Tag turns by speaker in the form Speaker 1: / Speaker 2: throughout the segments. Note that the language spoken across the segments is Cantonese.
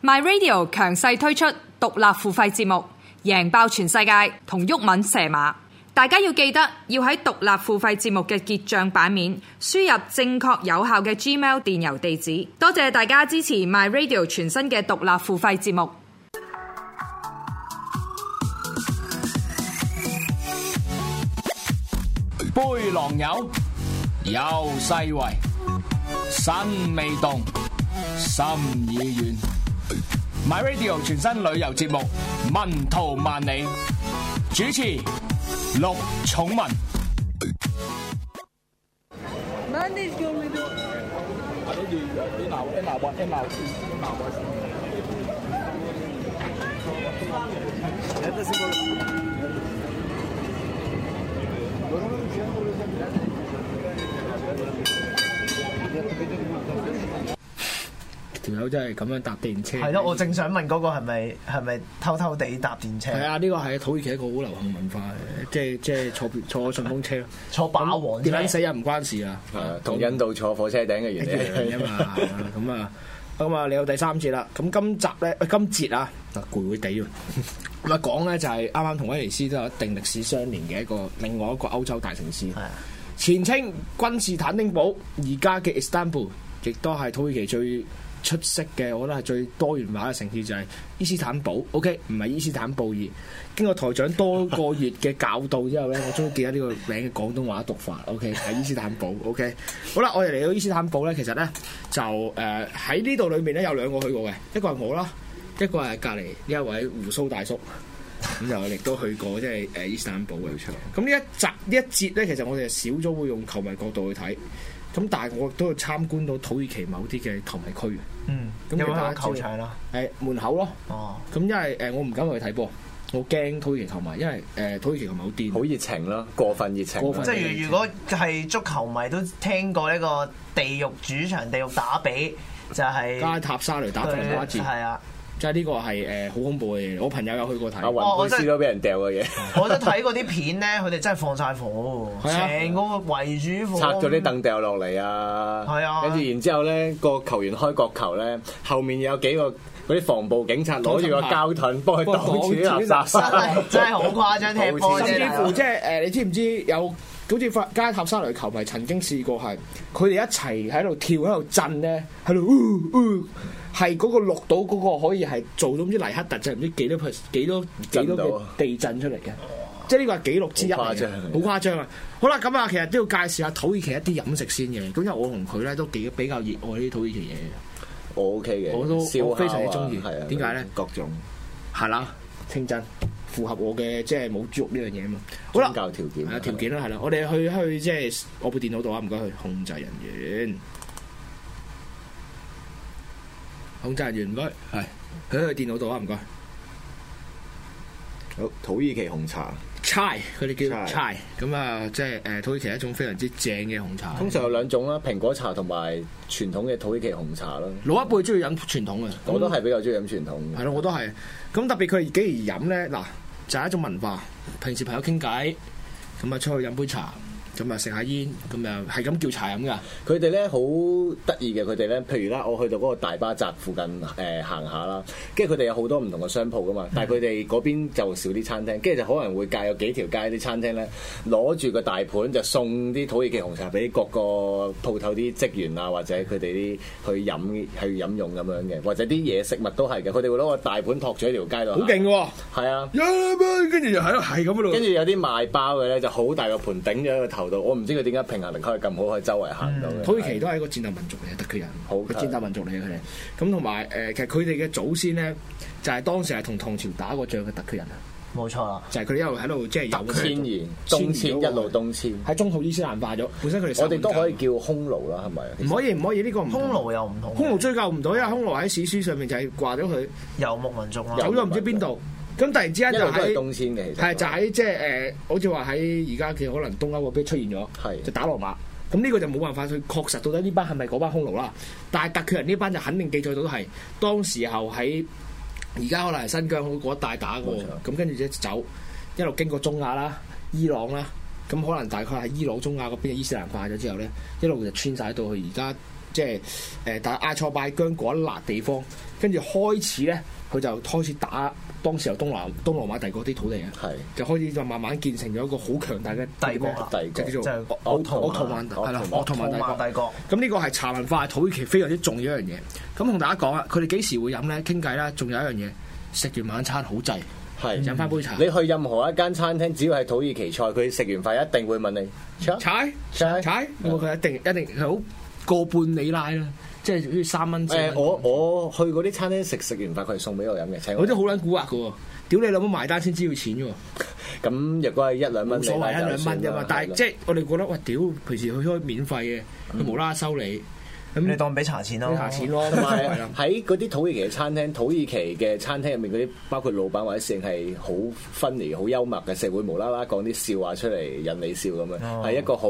Speaker 1: My Radio 強勢推出獨立付費節目，贏爆全世界同毓民射馬。大家要記得要喺獨立付費節目嘅結帳版面輸入正確有效嘅 Gmail 電郵地址。多謝大家支持 My Radio 全新嘅獨立付費節目。
Speaker 2: 杯狼友有世圍，身未動，心已遠。My Radio 全新旅遊節目《文圖萬里》，主持陸寵文。條友真係咁樣搭電車。
Speaker 3: 係咯，我正想問嗰個係咪係咪偷偷地搭電車？
Speaker 2: 係啊，呢個係土耳其一個好流行文化嘅，即係即係坐坐順風車咯。
Speaker 3: 坐霸王
Speaker 2: 點撚
Speaker 3: 車
Speaker 2: 死人唔關事啊！
Speaker 4: 啊同印度坐火車頂嘅原理
Speaker 2: 係啊嘛，咁啊，咁啊，你有第三節啦。咁今集咧，呃今節啊，啊攰攰地喎。 咁啊，講咧就係啱啱同威尼斯都有一定歷史相連嘅一個另外一個歐洲大城市，
Speaker 3: 係啊
Speaker 2: 前稱君士坦丁堡，而家嘅 Istanbul，亦都係土耳其最出色嘅，我覺得係最多元化嘅城市就係、伊斯坦堡。OK，唔係伊斯坦布爾。經過台長多個月嘅教導之後咧，我終於記得呢個 名嘅廣東話讀法。OK，係伊斯坦堡。OK，好啦，我哋嚟到伊斯坦堡咧，其實咧就誒喺呢度裏面咧有兩個去過嘅，一個係我啦，一個係隔離呢一位胡鬚大叔。咁就亦都去過即係誒伊斯坦堡嘅。咁呢一集呢一節咧，其實我哋少咗會用球迷角度去睇。咁但係我亦都要參觀到土耳其某啲嘅球迷區嘅，
Speaker 3: 嗯，
Speaker 2: 咁
Speaker 3: 有冇
Speaker 2: 大家
Speaker 3: 喺
Speaker 2: 知
Speaker 3: 球場啦？
Speaker 2: 誒門口咯。
Speaker 3: 啊哦，
Speaker 2: 咁因為誒我唔敢去睇波，我驚土耳其球迷，因為誒土耳其球迷好
Speaker 4: 好
Speaker 2: 癲，
Speaker 4: 熱情咯，過分熱情咯。
Speaker 2: 過分
Speaker 3: 即係如如果係足球迷都聽過呢個地獄主場地獄打比，就係
Speaker 2: 加塔沙雷打費瓜字，
Speaker 3: 係啊！
Speaker 2: 即係呢個係誒好恐怖嘅嘢。我朋友有去過
Speaker 4: 阿
Speaker 2: 睇，
Speaker 3: 哦
Speaker 4: 啊雲
Speaker 3: 我
Speaker 4: 佩
Speaker 3: 真係
Speaker 4: 斯都俾人掉 嘅嘢，
Speaker 3: 我都睇過啲片咧，佢哋真係放晒火
Speaker 2: 係啊
Speaker 3: 喎，成個圍住火，
Speaker 4: 拆咗啲。凳掉落嚟啊！
Speaker 3: 係啊
Speaker 4: 跟住然之後咧，個球員開角球咧，後面有幾個嗰啲防暴警察攞住個膠盾幫佢擋住啲垃
Speaker 2: 擋住
Speaker 3: 真
Speaker 4: 圾。
Speaker 3: 係真哦係好誇張踢波
Speaker 4: 甚
Speaker 3: 啫，啊
Speaker 2: 甚至
Speaker 3: 大佬
Speaker 2: 乎即係呃誒你知唔知有？好似法加塔沙雷球迷曾經試過係，佢哋一齊喺度跳喺度震咧，喺度呜呜，係嗰個錄到嗰個可以係做到唔知黎克特就唔知幾多 per 幾多幾
Speaker 4: 震
Speaker 2: 多
Speaker 4: 到
Speaker 2: 嘅
Speaker 4: 啊
Speaker 2: 地震出嚟嘅，即係呢個係紀錄之一嚟
Speaker 4: 好誇張
Speaker 2: 嘅，好誇張啊！好啦，咁啊，其實都要介紹下土耳其一啲飲食先嘅，咁因為我同佢咧都幾比較熱愛呢啲土耳其嘢嘅，
Speaker 4: 我 OK 嘅，
Speaker 2: 我都
Speaker 4: 燒烤啊
Speaker 2: 我非常之中意
Speaker 4: 係啊，
Speaker 2: 點解咧？
Speaker 4: 各種
Speaker 2: 係啦，清真符合我嘅即係冇豬肉呢樣嘢啊嘛，好啦
Speaker 4: 宗。教條件
Speaker 2: 係啊，條件啦，係啦，我哋去去即係我部電腦度啊，唔該去控制人員，控制人員唔該，係佢去電腦度啊，唔該
Speaker 4: 好土耳其紅茶，
Speaker 2: ，chai 佢哋叫 chai，
Speaker 4: Chai
Speaker 2: 咁啊即係誒土耳其一種非常之正嘅紅茶，
Speaker 4: 通常有兩種啦，蘋果茶同埋傳統嘅土耳其紅茶啦。
Speaker 2: 老一輩中意飲傳統嘅，
Speaker 4: 我都係比較中意飲傳統嘅。
Speaker 2: 係咯，我都係。咁特別佢哋幾而飲咧，嗱就係、一種文化。平時朋友傾偈，咁啊出去飲杯茶，咁啊食下煙，咁啊係咁叫茶飲噶。
Speaker 4: 佢哋咧好得意嘅，佢哋咧，譬如啦，我去到嗰個大巴扎附近誒、呃行下啦，跟住佢哋有好多唔同嘅商鋪噶嘛，
Speaker 2: 嗯
Speaker 4: 但係佢哋嗰邊就少啲餐廳，跟住就可能會介有幾條街啲餐廳咧，攞住個大盤就送啲土耳其紅茶俾各個鋪頭啲職員啊，或者佢哋啲去飲去飲用咁樣嘅，或者啲嘢食物都係嘅，佢哋會攞個大盤托住喺條街度，
Speaker 2: 好勁，喎！
Speaker 4: 係啊。
Speaker 2: 跟住就喺度係咁
Speaker 4: 跟
Speaker 2: 度。
Speaker 4: 住有啲賣包嘅咧，就好大個盤頂咗喺個頭度，我唔知佢點解平衡力可以咁好，可以周圍行到嘅。
Speaker 2: 嗯土耳其都係一個戰鬥民族嚟嘅，突厥人，
Speaker 4: 好
Speaker 2: 佢戰鬥民族嚟嘅佢哋。咁同埋誒，其實佢哋嘅祖先咧，就係、當時係同唐朝打過仗嘅突厥人啊，
Speaker 3: 冇錯啦。
Speaker 2: 就係、佢哋一路喺度即係有
Speaker 4: 遷移、
Speaker 2: 遷移
Speaker 4: 東遷
Speaker 2: 咗
Speaker 4: 一路東遷，
Speaker 2: 喺中土伊斯蘭化咗，本身佢哋
Speaker 4: 我哋都可以
Speaker 2: 守
Speaker 4: 叫匈奴啦，係咪？
Speaker 2: 唔到唔可以唔可以呢、個唔同
Speaker 3: 匈奴又唔同嘅，啊
Speaker 2: 匈奴追究唔到，因為匈奴喺史書上面就係掛咗佢。
Speaker 3: 遊牧民族啊
Speaker 2: 走
Speaker 3: 啦，
Speaker 2: 咗唔知邊度，咁突然之間
Speaker 4: 一
Speaker 2: 就
Speaker 4: 路都係
Speaker 2: 喺
Speaker 4: 東遷嘅，其實
Speaker 2: 係就喺即係誒，好似話喺而家嘅可能東歐嗰邊出現咗，
Speaker 4: 係
Speaker 2: 就打羅馬。咁呢個就冇辦法去確實到底呢班係咪嗰班匈奴啦。但係突厥人呢班就肯定記載到係當時候喺而家可能係新疆嗰一帶打嘅
Speaker 4: 冇
Speaker 2: 喎。
Speaker 4: 錯
Speaker 2: 咁跟住就走，一路經過中亞啦、伊朗啦，咁可能大概喺伊朗、中亞嗰邊嘅伊斯蘭化咗之後咧，一路就穿晒到去而家即係誒打阿塞拜疆嗰一笪地方，跟住開始咧佢就開始打當時由東南東羅馬帝國啲土地啊，
Speaker 4: 係
Speaker 2: 就開始就慢慢建成咗一個好強大嘅
Speaker 3: 帝國啦
Speaker 2: 咩
Speaker 4: 帝國
Speaker 2: 就
Speaker 3: 就
Speaker 2: 叫
Speaker 3: 係
Speaker 2: 做
Speaker 3: 奧圖曼
Speaker 2: 奧圖曼帝係啦，
Speaker 4: 奧
Speaker 2: 奧
Speaker 4: 圖
Speaker 2: 圖
Speaker 3: 奧
Speaker 2: 曼帝
Speaker 3: 曼
Speaker 2: 國。
Speaker 3: 帝國
Speaker 2: 咁呢個係茶文化係土耳其非常之重要一樣嘢。咁同大家講啊，佢哋幾時會飲咧？傾偈啦，仲有一樣嘢，食完晚餐好滯，飲
Speaker 4: 係。
Speaker 2: 翻杯茶。
Speaker 4: 你去任何一間餐廳，只要係土耳其菜，佢食完飯一定會問你茶
Speaker 2: 踩
Speaker 4: 茶
Speaker 2: 踩，咁啊佢一定一定係好個半里拉啦，即係好似三蚊
Speaker 4: 誒
Speaker 2: 錢。，
Speaker 4: 我我去嗰啲餐廳食食完飯，佢係送俾我飲嘅。請
Speaker 2: 我
Speaker 4: 我
Speaker 2: 真係好撚蠱惑嘅喎，屌你老母埋單先知要錢嘅喎，
Speaker 4: 咁，若果係一兩蚊，
Speaker 2: 冇所謂一兩蚊啫嘛。但係即
Speaker 4: 係
Speaker 2: 係我哋覺得喂，屌平時去開免費嘅，佢無啦啦收你，咁
Speaker 3: 你
Speaker 2: 你
Speaker 3: 當俾茶錢咯，
Speaker 2: 下錢咯，冇
Speaker 4: 哦同
Speaker 2: 所
Speaker 4: 埋
Speaker 2: 謂啦。
Speaker 4: 喺嗰啲土耳其嘅餐廳，土耳其嘅餐廳入面嗰啲，包括老闆或者侍應係好 funny、好幽默嘅，成日會無啦啦講啲笑話出嚟引你笑咁樣，
Speaker 3: 哦
Speaker 4: 係一個好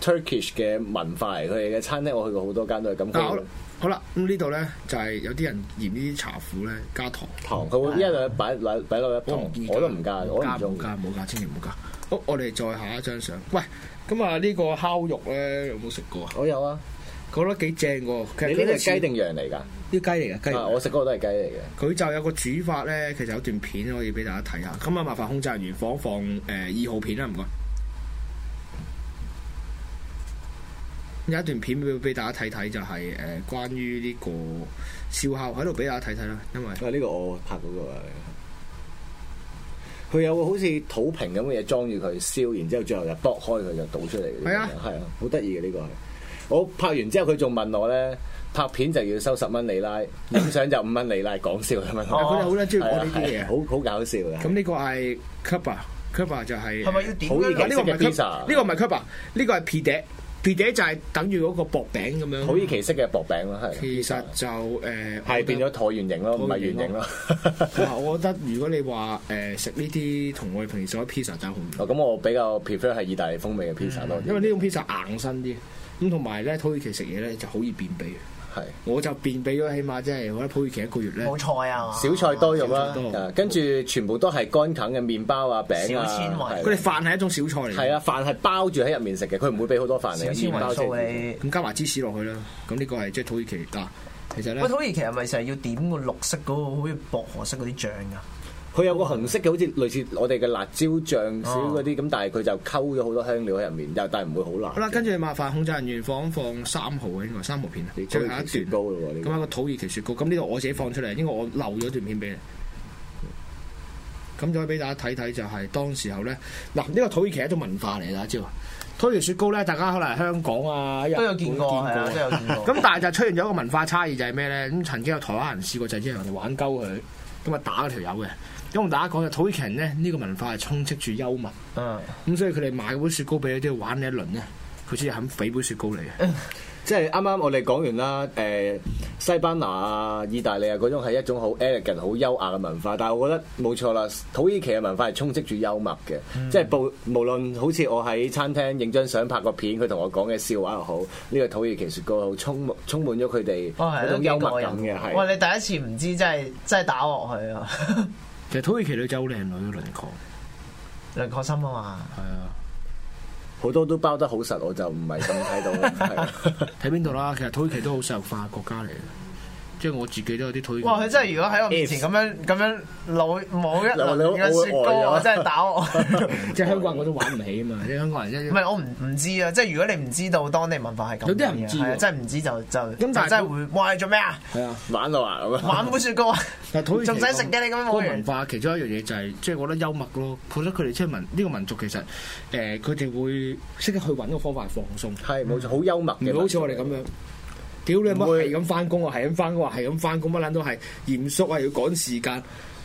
Speaker 4: Turkish 嘅文化嚟。佢哋嘅餐廳我去過好多間都係咁。
Speaker 2: 嗱好
Speaker 4: 佢
Speaker 2: 啦好啦，咁呢度咧就係有啲人嫌呢啲茶苦咧加糖。
Speaker 4: 糖佢會一兩擺擺擺落一
Speaker 2: 我
Speaker 4: 糖
Speaker 2: 唔建，議
Speaker 4: 哦啊嗯我都唔加，我都唔中
Speaker 2: 冇
Speaker 4: 意。
Speaker 2: 加冇加，千祈唔好加。好，我哋再下一張相。喂，咁啊呢個烤肉咧有冇食過啊？
Speaker 4: 我有啊，
Speaker 2: 覺得幾正喎。其實
Speaker 4: 你
Speaker 2: 佢
Speaker 4: 呢
Speaker 2: 哋
Speaker 4: 個雞定羊嚟㗎？
Speaker 2: 啲雞嚟嘅雞嚟
Speaker 4: 啊
Speaker 2: 㗎。
Speaker 4: 我食嗰個都係雞嚟嘅。
Speaker 2: 佢就有個煮法咧，其實有段片可以俾大家睇下。咁啊，麻煩控制人員放一放誒二、號片啦，唔該。有一段片俾俾大家睇睇，就係、誒、呃關於呢個燒烤喺度俾大家睇睇啦，因為
Speaker 4: 啊！呢、個我拍嗰個啊，佢有個好似土瓶咁嘅嘢裝住佢燒，然之後最後就剝開佢就倒出嚟嘅。
Speaker 2: 係啊
Speaker 4: 係啊，好得意嘅呢個係。我拍完之後，佢仲問我咧，拍片就要收十蚊里拉，影相就五蚊里拉，講笑咁樣。
Speaker 2: 但係佢哋好
Speaker 3: 哦
Speaker 2: 咧中意
Speaker 4: 係
Speaker 2: 我
Speaker 4: 啊
Speaker 2: 呢啲
Speaker 4: 係
Speaker 2: 嘢
Speaker 4: 啊。好好搞笑嘅。
Speaker 2: 咁呢個係 cup 啊，cup 啊就係、
Speaker 3: 係咪要點
Speaker 4: 土耳
Speaker 3: 樣
Speaker 4: 其
Speaker 2: 嗱
Speaker 3: 咧
Speaker 2: 呢個唔係
Speaker 4: Pizza
Speaker 2: cup，呢個唔係 cup 啊，呢個係 p 嗲 p 嗲就係等於嗰個薄餅咁樣。
Speaker 4: 土耳其式嘅薄餅啦，係
Speaker 2: 其實就誒，呃
Speaker 4: 係 變咗橢圓形咯，唔係圓形咯。
Speaker 2: 嗱，我覺得如果你話誒食呢啲同我哋平時所謂 pizza 爭好唔 同，
Speaker 4: 哦咁我比較 prefer 係意大利風味嘅 pizza 多啲，
Speaker 2: 因為呢種 pizza 硬身啲，咁同埋咧土耳其食嘢咧就好易便秘，
Speaker 4: 係。
Speaker 2: 我就便秘咗，起碼即係我覺得土耳其一個月咧，
Speaker 3: 冇菜啊，
Speaker 4: 小菜多肉啦
Speaker 2: 小菜，多
Speaker 4: 啊跟住全部都係乾啃嘅麵包啊、餅啊，
Speaker 3: 小纖維
Speaker 2: 佢哋
Speaker 4: 係
Speaker 2: 飯係一種小菜嚟，
Speaker 4: 係，啊，飯係包住喺入面食嘅，佢唔會俾好多飯你
Speaker 3: 小
Speaker 4: 嘅，
Speaker 3: 纖
Speaker 4: 麵包
Speaker 3: 維
Speaker 4: 先
Speaker 3: 素你。
Speaker 2: 咁加埋芝士落去啦，咁呢個係即係土耳其嗱，其實咧
Speaker 3: 喂，土耳其係咪成日要點個綠色嗰個好似薄荷色嗰啲啊醬㗎？
Speaker 4: 佢有個紅色嘅，好似類似我哋嘅辣椒醬少嗰啲，咁但係佢就溝咗好多香料喺入面，又但係唔會好
Speaker 2: 好
Speaker 4: 辣。
Speaker 2: 啦，跟住麻煩控制人員放一放三號啊，應該三號片啊，
Speaker 4: 你
Speaker 2: 最後一
Speaker 4: 雪
Speaker 2: 段。
Speaker 4: 糕咯喎，呢
Speaker 2: 咁有
Speaker 4: 個
Speaker 2: 個土耳其雪糕，咁呢度我自己放出嚟，因為我漏咗段片俾你。咁就可以俾大家睇睇，就係當時候咧，嗱呢個土耳其係一種文化嚟，大家知道。土耳其雪糕咧，大家可能係香港啊、日本
Speaker 3: 都有見過，係啊，都有見過。
Speaker 2: 咁但係就出現咗一個文化差異就係咩咧？咁曾經有台灣人試過就係即係人哋玩鳩佢，咁啊打嗰條友嘅。咁同大家講就土耳其人咧呢個文化係充斥住幽默，
Speaker 3: 嗯，
Speaker 2: 咁所以佢哋買嗰杯雪糕俾你都要玩你一輪咧，佢先肯俾杯雪糕你嘅。啊
Speaker 3: 嗯
Speaker 4: 即係啱啱我哋講完啦，誒西班牙啊、意大利啊嗰種係一種好 elegant、好優雅嘅文化，但係我覺得冇錯啦，土耳其嘅文化係充斥住幽默嘅，
Speaker 3: 嗯
Speaker 4: 即係無無論好似我喺餐廳影張相拍個片，佢同我講嘅笑話又好，呢、個土耳其雪糕又好充滿充滿咗佢哋
Speaker 3: 哦係
Speaker 4: 嗰
Speaker 3: 都
Speaker 4: 種
Speaker 3: 幾
Speaker 4: 幽默
Speaker 3: 過癮
Speaker 4: 感嘅，係
Speaker 3: 哇！你第一次唔知真係真係打落去啊！
Speaker 2: 其實土耳其女仔好靚女，輪廓
Speaker 3: 梁確心啊嘛，
Speaker 2: 係啊。
Speaker 4: 好多都包得好實，我就唔係咁睇到啦。係啊
Speaker 2: 睇邊度啦？其實土耳其都好石油化國家嚟嘅，即係我自己都有啲土耳其。
Speaker 3: 哇！佢真係如果喺我面前咁樣咁樣攞冇一
Speaker 4: 流流
Speaker 3: 輪嘅雪糕，
Speaker 4: 我會呆咗
Speaker 3: 我真係打我。 唔
Speaker 2: 即係香港人我都玩唔起啊嘛！即係香港人一
Speaker 3: 係我唔唔知啊，即係如果你唔知道當地文化係咁樣嘅，
Speaker 2: 有啲人唔知喎
Speaker 3: 係啊真係唔知就就
Speaker 2: 但
Speaker 3: 咁
Speaker 2: 係
Speaker 3: 真係會哇！你做咩啊？
Speaker 2: 係啊，
Speaker 4: 玩到啊咁樣。
Speaker 3: 玩杯雪糕啊！
Speaker 2: 但係土耳其
Speaker 3: 仲使食嘅你咁樣
Speaker 2: 嗰個
Speaker 3: 冇
Speaker 2: 文
Speaker 3: 完。
Speaker 2: 化其中一樣嘢就係即係我覺得幽默咯。覺得佢哋即係民呢個民族其實誒佢哋會識得去揾個方法放鬆，
Speaker 4: 係冇錯，好幽默嘅。
Speaker 2: 唔會好似我哋咁樣。屌你
Speaker 4: 唔
Speaker 2: 乜
Speaker 4: 會
Speaker 2: 係咁翻工啊，係咁翻工啊，係咁翻工，乜撚都係嚴肅啊，要趕時間，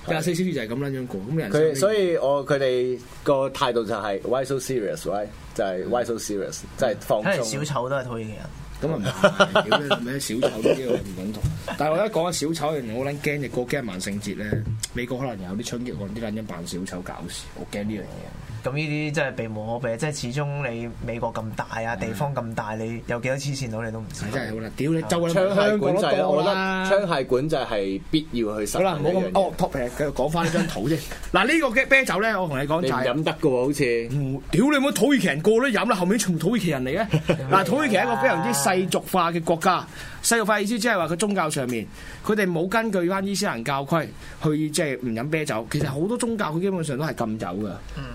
Speaker 2: 廿四小時就係咁撚樣過。咁人
Speaker 4: 佢
Speaker 2: 生
Speaker 4: 所以我佢哋個態度就係 why so serious，why 就
Speaker 2: 嗯
Speaker 4: 係 why so serious，即係放
Speaker 3: 睇嚟
Speaker 4: 鬆
Speaker 3: 小。丑都係土耳其人。
Speaker 2: 咁啊唔係，屌你咩小丑呢啲我唔認同。但係我一講起小丑，人我撚驚就過驚萬聖節咧，美國可能有啲槍擊案啲撚人扮小丑搞事，我驚呢樣嘢。
Speaker 3: 咁呢啲真係避無可避，即係始終你美國咁大啊，地方咁大，你有幾多黐線佬你都唔知。
Speaker 2: 真係好啦，屌你周啦，
Speaker 4: 槍械
Speaker 2: 香
Speaker 4: 管
Speaker 2: 港
Speaker 4: 制
Speaker 2: 都
Speaker 4: 咧，我
Speaker 2: 多
Speaker 4: 覺得
Speaker 2: 啦。
Speaker 4: 槍械管制係必要去實
Speaker 2: 好啦，唔
Speaker 4: 行嘅一樣
Speaker 2: 好咁
Speaker 4: 嘢
Speaker 2: 哦 topic，繼續講翻呢張圖先。嗱，呢個嘅啤酒咧，我同你講
Speaker 4: 你
Speaker 2: 就
Speaker 4: 唔
Speaker 2: 係。
Speaker 4: 飲得嘅喎，好似。
Speaker 2: 唔屌你冇土耳其人個個都飲啦，後面全部土耳其 人嚟嘅。嗱，土耳其係一個非常之世俗化嘅國家，世俗化意思即係話佢宗教上面，佢哋冇根據翻伊斯蘭教規去即係唔飲啤酒。其實好多宗教佢基本上都係禁酒嘅，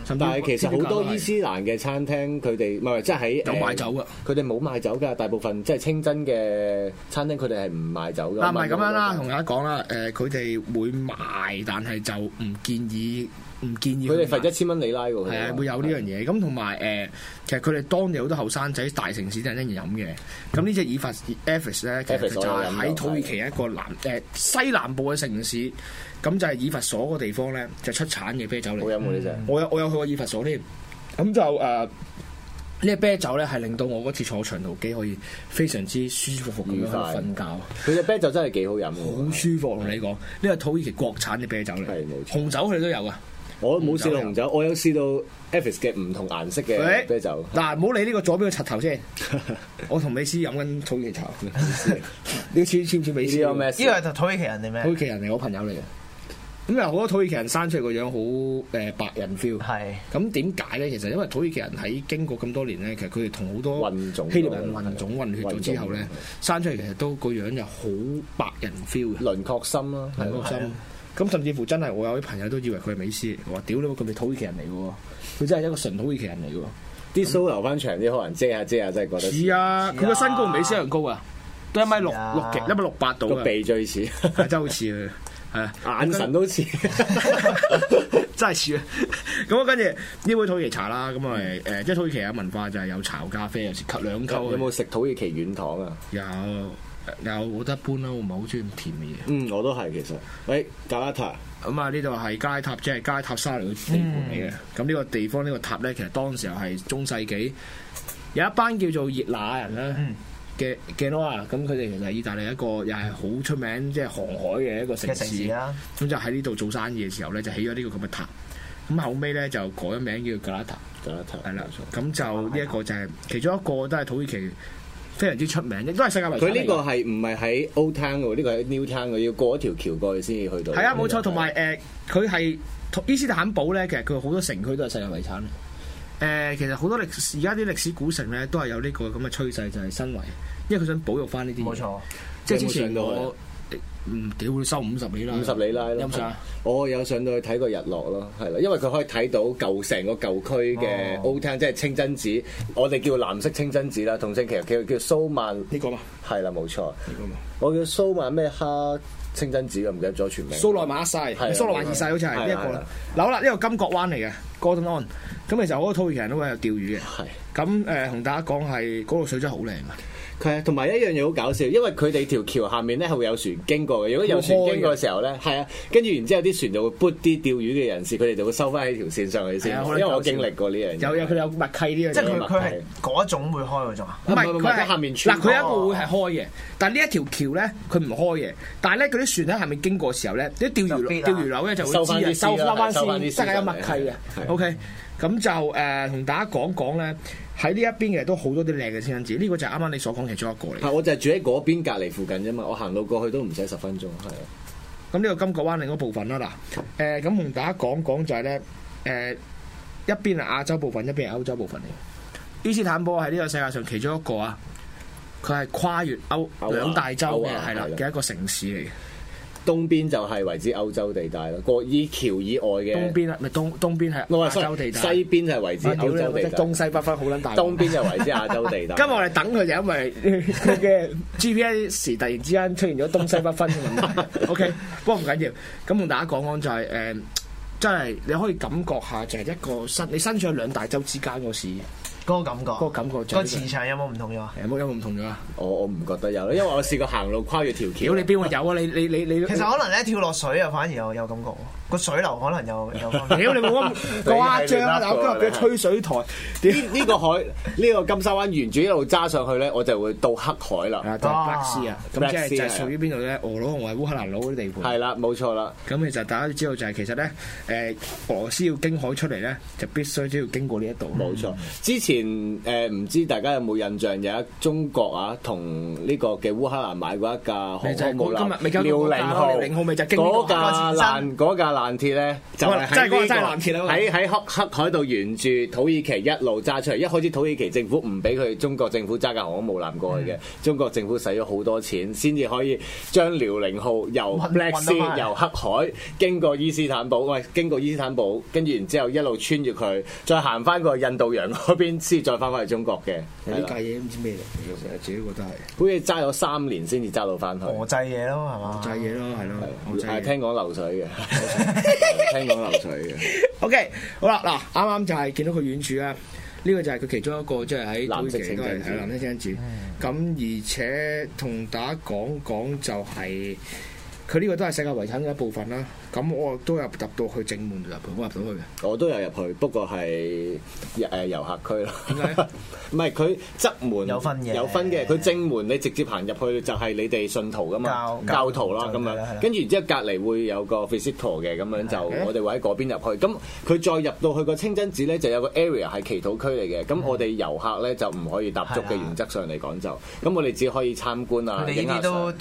Speaker 2: 甚至
Speaker 4: 但係其實好多伊斯蘭嘅餐廳，佢哋唔係唔係即係喺
Speaker 2: 有
Speaker 4: 誒
Speaker 2: 賣酒㗎
Speaker 4: 佢哋冇賣酒㗎，大部分即係清真嘅餐廳，佢哋係唔賣酒㗎。
Speaker 2: 啊嗱，唔係咁樣啦，
Speaker 4: 問
Speaker 2: 同大家講啦，誒佢哋會賣，但係就唔建議，唔建議
Speaker 4: 佢哋
Speaker 2: 去賣
Speaker 4: 罰一千蚊里拉㗎喎。佢
Speaker 2: 係
Speaker 4: 哋
Speaker 2: 啊，
Speaker 4: 話
Speaker 2: 會有呢樣嘢。咁同埋誒，其實佢哋當地好多後生仔，大城市啲人一樣飲嘅。咁呢只以法 e f e s 咧，其實佢
Speaker 4: Efes
Speaker 2: 就
Speaker 4: 我有
Speaker 2: 係
Speaker 4: 飲過啊
Speaker 2: 喺土耳其一個南誒西南部嘅城市，咁就係以法所個地方咧，就出產嘅啤酒
Speaker 4: 好
Speaker 2: 嚟。
Speaker 4: 飲喎呢只。
Speaker 2: 我有我有去過以法所添，咁就誒。呃呢隻啤酒咧係令到我嗰次坐長途機可以非常之舒舒服服咁樣
Speaker 4: 愉快
Speaker 2: 喺度瞓覺。
Speaker 4: 佢只啤酒真係幾好飲
Speaker 2: 好
Speaker 4: 喎。
Speaker 2: 舒服，同你講，呢個土耳其國產嘅啤酒嚟，
Speaker 4: 係冇錯
Speaker 2: 紅酒佢哋都有啊噶。
Speaker 4: 我冇試到紅酒，我有試到 e v i s 嘅唔同顏色
Speaker 2: 喂
Speaker 4: 嘅啤酒。
Speaker 2: 嗱，唔好理呢個左邊嘅柒 頭先，我同美斯飲緊土耳其茶，你似似唔似美
Speaker 4: 呢
Speaker 2: 斯？
Speaker 4: 啲有咩
Speaker 2: 土
Speaker 4: 事？
Speaker 3: 呢個係土耳其人定
Speaker 2: 耳
Speaker 3: 咩？
Speaker 2: 其人嚟，我朋友嚟嘅。咁有好多土耳其人生出嚟個樣好誒白人 feel。
Speaker 3: 係
Speaker 2: 咁點解咧？其實因為土耳其人喺經過咁多年咧，其實佢哋同好多
Speaker 4: 混種
Speaker 2: 希臘人混種混血咗之後咧
Speaker 4: 混種，
Speaker 2: 生出嚟其實都個樣就好白人 feel 嘅。
Speaker 4: 輪廓深啦，係
Speaker 2: 係啊
Speaker 4: 咯
Speaker 2: 好心。咁甚至乎真係我有啲朋友都以為佢係美斯，我話屌你，佢咪土耳其人嚟嘅喎，佢真係一個純土耳其人嚟嘅喎。
Speaker 4: 啲須留翻長啲，可能遮下遮下，真係覺得
Speaker 2: 似啊，佢個身高唔比斯人高啊，都一米六
Speaker 3: 似啊
Speaker 2: 六幾，一米六八度
Speaker 4: 個
Speaker 2: 啊，
Speaker 4: 鼻最似，
Speaker 2: 係真係好似啊，係啊。
Speaker 4: 眼神都似。
Speaker 2: 真係似啊！咁啊，跟住呢杯土耳其茶啦，咁咪誒，即係土耳其嘅文化就係有炒咖啡，有時吸兩溝
Speaker 4: 有冇食土耳其軟糖啊？
Speaker 2: 有有我覺得一般啦，我唔係好中意咁甜嘅嘢。
Speaker 4: 嗯，我都係其實。喂，格拉塔，
Speaker 2: 咁啊，呢度係街塔，即係街塔沙嚟嘅地盤嚟嘅。咁呢、個地方呢、個塔咧，其實當時候係中世紀有一班叫做熱那人啦嘅嘅咯啊。咁佢哋其實係意大利一個又係好出名即係航海嘅一個城
Speaker 3: 嘅城
Speaker 2: 市
Speaker 3: 市。啊啦，
Speaker 2: 咁就喺呢度做生意嘅時候咧，就起咗呢個咁嘅塔。咁後尾咧就改咗名叫做格拉塔，
Speaker 4: 格拉塔，
Speaker 2: 係啦
Speaker 4: 冇錯。
Speaker 2: 咁就呢一個就係、其中一個都係土耳其非常之出名，亦都係世界遺產嚟
Speaker 4: 佢
Speaker 2: 嘅
Speaker 4: 呢個係唔係喺 Old Town 喎？呢個喺 New Town 喎，要過一條橋過去先至去到。
Speaker 2: 係啊，冇錯，同埋誒，佢係同伊斯坦堡咧，其實佢好多城區都係世界遺產嚟。誒、其實好多歷史而家啲歷史古城咧，都係有呢個咁嘅趨勢，就係、新維，因為佢想保育翻呢啲嘢。
Speaker 3: 冇，錯。
Speaker 2: 即係之
Speaker 4: 有冇
Speaker 2: 前
Speaker 4: 上到去啊
Speaker 2: 我唔屌你收五十里啦，
Speaker 4: 五十里拉
Speaker 2: 有冇上
Speaker 4: 咯
Speaker 2: 啊。
Speaker 4: 我有上到去睇個日落咯，係啦，因為佢可以睇到舊成個舊區嘅
Speaker 3: 哦
Speaker 4: Old Town，即係清真寺，我哋叫藍色清真寺啦，同性其實叫叫蘇曼，
Speaker 2: 哦呢個嘛，
Speaker 4: 係啦，冇錯。
Speaker 2: 呢個嘛，
Speaker 4: 我叫蘇曼咩哈清真寺，我唔記得咗全名。
Speaker 2: 蘇萊馬一世，
Speaker 4: 係啊
Speaker 2: 蘇萊馬二世好似係呢一個
Speaker 4: 係
Speaker 2: 啦
Speaker 4: 啊。
Speaker 2: 嗱好啦，呢個金角灣嚟嘅 Gordon On，咁其實好多土耳其人都喺度釣魚嘅。
Speaker 4: 係。
Speaker 2: 咁誒，同大家講係嗰度水真係好靚啊！
Speaker 4: 佢同埋一樣嘢好搞笑，因為佢哋條橋下面咧係會有船經過嘅。如果有船經過嘅時候咧，係啊，跟住然之後啲船就會撥啲釣魚嘅人士，佢哋就會收翻喺條線上去先。
Speaker 2: 係啊好
Speaker 4: 因為
Speaker 2: 撚
Speaker 4: 我
Speaker 2: 搞笑
Speaker 4: 經歷過呢樣嘢。
Speaker 2: 有有佢有默契呢樣嘢。
Speaker 3: 即係佢
Speaker 4: 物
Speaker 3: 佢係嗰一種會開嗰種啊。
Speaker 2: 唔係
Speaker 4: 唔係唔係
Speaker 2: 佢
Speaker 4: 佢
Speaker 2: 係
Speaker 4: 下面
Speaker 2: 嗱，
Speaker 4: 穿
Speaker 2: 佢
Speaker 4: 過
Speaker 2: 有一個會係開嘅，但係呢一條橋咧，佢唔開嘅。但係咧，嗰啲船喺下面經過嘅時候咧，啲釣
Speaker 3: 就
Speaker 2: 魚
Speaker 3: 必
Speaker 2: 釣
Speaker 3: 啦
Speaker 2: 魚佬咧就會
Speaker 4: 收返
Speaker 2: 知啊，
Speaker 4: 啲
Speaker 2: 收
Speaker 4: 絲啦
Speaker 2: 收翻
Speaker 4: 收返啲
Speaker 2: 線，
Speaker 4: 絲
Speaker 2: 真係有默契
Speaker 4: 上嚟
Speaker 2: 嘅
Speaker 4: 係。係
Speaker 2: OK，咁就誒同大家講講咧，喺呢一邊其實都好多啲靚嘅清真寺，呢個就係啱啱你所講其中一個嚟。
Speaker 4: 係啊我就係住喺嗰邊隔離附近啫嘛，我行路過去都唔使十分鐘，係啊。
Speaker 2: 咁呢個金角灣另一部分啦，嗱，誒咁同大家講講就係咧，誒一邊係亞洲部分，一邊係歐洲部分嚟嘅。伊斯坦堡係呢個世界上其中一個啊，佢係跨越歐
Speaker 4: 歐亞啊
Speaker 2: 兩大洲嘅
Speaker 4: 歐亞
Speaker 2: 係啦
Speaker 4: 係啦
Speaker 2: 嘅一個城市嚟嘅。
Speaker 4: 東邊就係為之歐洲地帶啦，過依橋以外嘅
Speaker 2: 東邊啊，咪東東邊係
Speaker 4: 我話
Speaker 2: 亞洲地帶，
Speaker 4: 西邊就係為之
Speaker 2: 啊屌
Speaker 4: 歐
Speaker 2: 你
Speaker 4: 洲地
Speaker 2: 我真係
Speaker 4: 帶，
Speaker 2: 東西不分好撚大。啊
Speaker 4: 東邊就為之亞洲地帶。
Speaker 2: 今日我哋等佢就因為佢嘅 GPS 時突然之間出現咗東西不分嘅問題。OK，不過唔緊要。咁同大家講講就係、呃誒、真係你可以感覺下就係一個身你身處喺兩大洲之間個市，
Speaker 3: 嗰個感覺，
Speaker 2: 嗰個感覺就係呢個
Speaker 3: 個磁場有冇唔同咗啊？
Speaker 2: 有冇有冇唔同咗啊？
Speaker 4: 我我唔覺得有，因為我試過行路跨越條橋
Speaker 2: 屌你，邊會有啊？你你你你
Speaker 3: 其實可能咧跳落水啊，反而有有感覺喎，個水流可能有有方面。
Speaker 2: 屌你冇咁誇張啊！我今日俾吹水台，屌
Speaker 4: 呢呢個海呢個金沙灣沿住一路揸上去咧，我就會到黑海啦。
Speaker 2: 啊，就係 Black Sea 啊，咁即
Speaker 4: Black
Speaker 2: 係
Speaker 4: Sea，
Speaker 2: 就係屬於邊度咧？俄羅同埋烏克蘭佬嗰啲地盤。
Speaker 4: 係啦，冇錯啦，
Speaker 2: 咁其實大家都知道就係其實咧，誒俄羅斯要經海出嚟咧，就必須都要經過呢一度。
Speaker 4: 冇錯。之前誒唔知大家有冇印象，有一中國啊同呢個嘅烏克蘭買過一架
Speaker 2: 咪
Speaker 4: 航
Speaker 2: 就
Speaker 4: 空
Speaker 2: 係
Speaker 4: 母
Speaker 2: 嗰今日咪
Speaker 4: 艦
Speaker 2: 搞到嗰架
Speaker 4: 遼
Speaker 2: 咯遼寧
Speaker 4: 寧
Speaker 2: 號
Speaker 4: 號
Speaker 2: 咪就係經過
Speaker 4: 嗰架爛嗰架爛鐵咧，就
Speaker 2: 哇真係嗰
Speaker 4: 喺
Speaker 2: 個
Speaker 4: 呢
Speaker 2: 真係爛鐵
Speaker 4: 個
Speaker 2: 啊
Speaker 4: 喺喺黑黑海度沿住土耳其一路揸出嚟。一開始土耳其政府唔俾佢中國政府揸架航空母艦過
Speaker 2: 嗯
Speaker 4: 去嘅，中國政府使咗好多錢先至可以將遼寧號 由
Speaker 3: 運
Speaker 4: Black
Speaker 3: 運得
Speaker 4: Sea
Speaker 3: 返
Speaker 4: 由黑海經過伊斯坦堡，喂，經過伊斯坦堡，跟住然之後一路穿越佢，再行翻過印度洋嗰邊，先再翻返去中國嘅。
Speaker 2: 有
Speaker 4: 係
Speaker 2: 啲
Speaker 4: 啦
Speaker 2: 架嘢唔知咩嚟，其實自己覺得係
Speaker 4: 好似揸咗三年先至揸到翻去。
Speaker 3: 俄製嘢咯，係嘛？
Speaker 2: 製嘢咯，係咯，我製
Speaker 4: 係
Speaker 2: 嘢。
Speaker 4: 聽講流水 嘅，聽講流水嘅，
Speaker 2: OK，好啦，嗱，啱啱就係見到佢遠處啦，啊呢、個就係佢其中一個，即係喺
Speaker 4: 藍色
Speaker 2: 土
Speaker 4: 清
Speaker 2: 耳其都
Speaker 4: 真
Speaker 2: 係
Speaker 4: 寺
Speaker 2: 係藍色青字。咁而且同大家講講就係佢呢個都係世界遺產嘅一部分啦。咁我都入入到去正門入去，我入到去嘅。
Speaker 4: 我都有入去，不過係誒遊客區咯。
Speaker 2: 點解？
Speaker 4: 唔係佢側門
Speaker 3: 有分嘅
Speaker 4: 有分嘅。佢正門你直接行入去就係你哋信徒噶嘛
Speaker 3: 教，
Speaker 4: 教徒啦
Speaker 3: 教
Speaker 4: 咁
Speaker 3: 徒係啦係嗯
Speaker 4: 樣。
Speaker 3: 啦
Speaker 4: 跟住然之後隔離會有個 visitor 嘅咁樣就
Speaker 2: 係
Speaker 4: 我哋會喺嗰邊入去。咁佢再入到去個清真寺咧，就有個 area 係祈禱區嚟嘅。咁我哋遊客咧就唔可以踏足嘅
Speaker 3: 嗯係啦
Speaker 4: 原則上嚟講就，咁我哋只可以參觀啊，
Speaker 3: 你
Speaker 4: 影
Speaker 3: 呢
Speaker 4: 下
Speaker 3: 啲都
Speaker 4: 相。